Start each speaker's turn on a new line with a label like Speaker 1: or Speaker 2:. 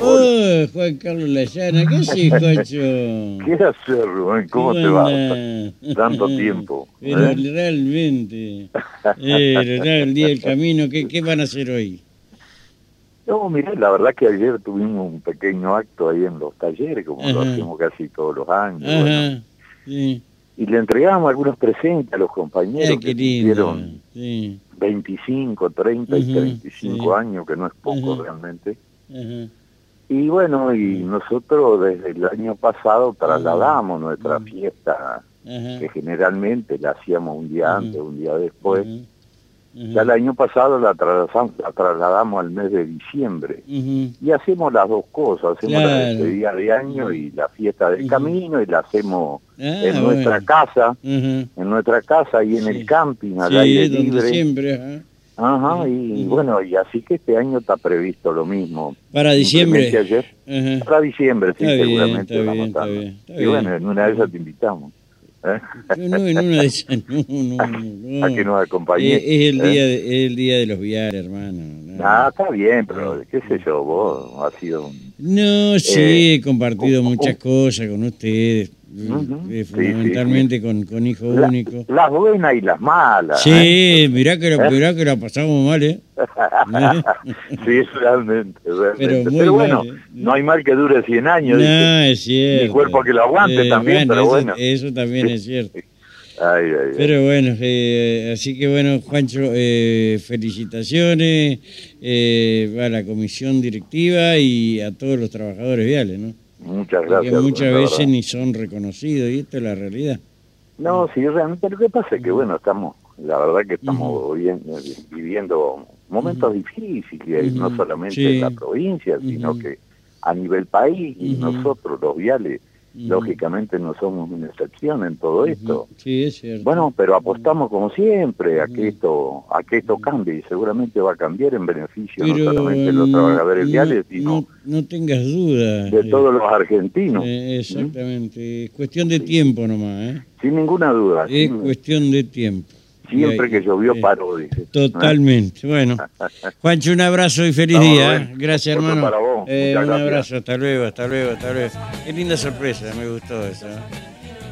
Speaker 1: Uy, Juan Carlos Lallana, ¿qué haces, Cocho?
Speaker 2: ¿Qué haces, Rubén? ¿Cómo te va?
Speaker 1: va?
Speaker 2: Tanto tiempo.
Speaker 1: Pero
Speaker 2: ¿eh?
Speaker 1: realmente, eh, verdad, el día del camino, ¿qué, ¿qué van a hacer hoy?
Speaker 2: No, mirá, la verdad que ayer tuvimos un pequeño acto ahí en los talleres, como lo
Speaker 1: Ajá.
Speaker 2: hacemos casi todos los años. bueno.
Speaker 1: Ajá, sí.
Speaker 2: y le entregamos algunos presentes a los compañeros
Speaker 1: Ay,
Speaker 2: que
Speaker 1: qué lindo.
Speaker 2: tuvieron
Speaker 1: Sí,
Speaker 2: 25, 30 y
Speaker 1: Ujú,
Speaker 2: 35
Speaker 1: sí.
Speaker 2: años, que no es poco
Speaker 1: Ujú.
Speaker 2: realmente.
Speaker 1: ajá.
Speaker 2: Y bueno, y nosotros desde el año pasado trasladamos nuestra
Speaker 1: Ujú.
Speaker 2: fiesta,
Speaker 1: Ajá.
Speaker 2: que generalmente la hacíamos un día
Speaker 1: Ujú.
Speaker 2: antes, un día después.
Speaker 1: Ujú,
Speaker 2: Ya el año pasado la trasladamos, la trasladamos al mes de diciembre.
Speaker 1: ujú,
Speaker 2: Y hacemos las dos cosas, hacemos la
Speaker 1: Claro.
Speaker 2: despedida de año y la fiesta del
Speaker 1: Ujú.
Speaker 2: camino y la hacemos
Speaker 1: Ah,
Speaker 2: en nuestra
Speaker 1: bueno.
Speaker 2: casa,
Speaker 1: Ajá.
Speaker 2: en nuestra casa y en
Speaker 1: Sí.
Speaker 2: el camping al aire
Speaker 1: Sí, donde
Speaker 2: libre.
Speaker 1: siempre, ajá.
Speaker 2: Ajá, y
Speaker 1: Ujú.
Speaker 2: bueno, y así que este año está previsto lo mismo.
Speaker 1: Para diciembre.
Speaker 2: Simplemente ayer-
Speaker 1: Ajá.
Speaker 2: para diciembre, sí,
Speaker 1: Está bien,
Speaker 2: seguramente
Speaker 1: está
Speaker 2: vamos
Speaker 1: bien,
Speaker 2: a estar.
Speaker 1: está bien, está
Speaker 2: Y bueno,
Speaker 1: bien.
Speaker 2: en una de esas te invitamos. ¿eh?
Speaker 1: No, no, en una de esas, no, no, no.
Speaker 2: A que nos acompañe.
Speaker 1: Eh, es, el
Speaker 2: ¿eh?
Speaker 1: día de, es el día de los viales, hermano. No,
Speaker 2: Ah, está bien, pero qué sé yo, vos has sido un...
Speaker 1: No, sí,
Speaker 2: Eh,
Speaker 1: he compartido
Speaker 2: un- un-
Speaker 1: muchas cosas con ustedes,
Speaker 2: Ujú,
Speaker 1: eh,
Speaker 2: sí,
Speaker 1: fundamentalmente Con, con Hijo
Speaker 2: la-
Speaker 1: Único.
Speaker 2: las buenas y las malas.
Speaker 1: sí,
Speaker 2: ¿eh?
Speaker 1: mirá, que lo, mirá que lo pasamos mal, ¿eh?
Speaker 2: sí, realmente, realmente.
Speaker 1: Pero
Speaker 2: Pero,
Speaker 1: muy
Speaker 2: bueno,
Speaker 1: mal, ¿eh?
Speaker 2: no hay mal que dure 100 años. dice.
Speaker 1: no, es cierto. Eh,
Speaker 2: Mi cuerpo que lo aguante también, pero
Speaker 1: eso-
Speaker 2: bueno.
Speaker 1: Eso, también es cierto.
Speaker 2: Ay, ay, ay.
Speaker 1: Pero bueno, eh, así que bueno, Juancho, eh, felicitaciones eh, a la comisión directiva y a todos los trabajadores viales, ¿no?
Speaker 2: Muchas
Speaker 1: Porque
Speaker 2: gracias.
Speaker 1: muchas
Speaker 2: la
Speaker 1: veces
Speaker 2: verdad.
Speaker 1: ni son reconocidos y esto es la realidad.
Speaker 2: No, sí, realmente lo que pasa es que, bueno, estamos, la verdad que estamos
Speaker 1: Ujú.
Speaker 2: viviendo, viviendo momentos difíciles, eh,
Speaker 1: Ujú.
Speaker 2: no solamente
Speaker 1: Sí.
Speaker 2: en la provincia, sino
Speaker 1: Ujú.
Speaker 2: que a nivel país, y
Speaker 1: Ujú.
Speaker 2: nosotros, los viales,
Speaker 1: Ujú.
Speaker 2: lógicamente no somos una excepción en todo esto.
Speaker 1: Ujú. Sí, es cierto.
Speaker 2: Bueno, pero apostamos como siempre a
Speaker 1: Ujú.
Speaker 2: que esto, a que esto cambie y seguramente va a cambiar en beneficio no
Speaker 1: Pero,
Speaker 2: solamente de los
Speaker 1: mm,
Speaker 2: trabajadores
Speaker 1: no,
Speaker 2: viales, sino
Speaker 1: no- no tengas dudas.
Speaker 2: de todos los argentinos. ¿Mm?
Speaker 1: exactamente. Es cuestión de
Speaker 2: Sí.
Speaker 1: tiempo nomás, ¿eh?
Speaker 2: Sin ninguna duda,
Speaker 1: Es
Speaker 2: sin-
Speaker 1: cuestión de tiempo.
Speaker 2: siempre
Speaker 1: Y
Speaker 2: que
Speaker 1: ahí-
Speaker 2: llovió
Speaker 1: eh,
Speaker 2: paró, dice.
Speaker 1: Totalmente. Bueno, Juancho, un abrazo y feliz
Speaker 2: Estamos
Speaker 1: día.
Speaker 2: bien.
Speaker 1: ¿eh? Gracias,
Speaker 2: Otro
Speaker 1: hermano.
Speaker 2: para vos.
Speaker 1: Eh,
Speaker 2: Muchas
Speaker 1: un
Speaker 2: gracias.
Speaker 1: abrazo. Hasta luego, hasta luego, hasta luego. Qué linda sorpresa, me gustó eso. ¿eh?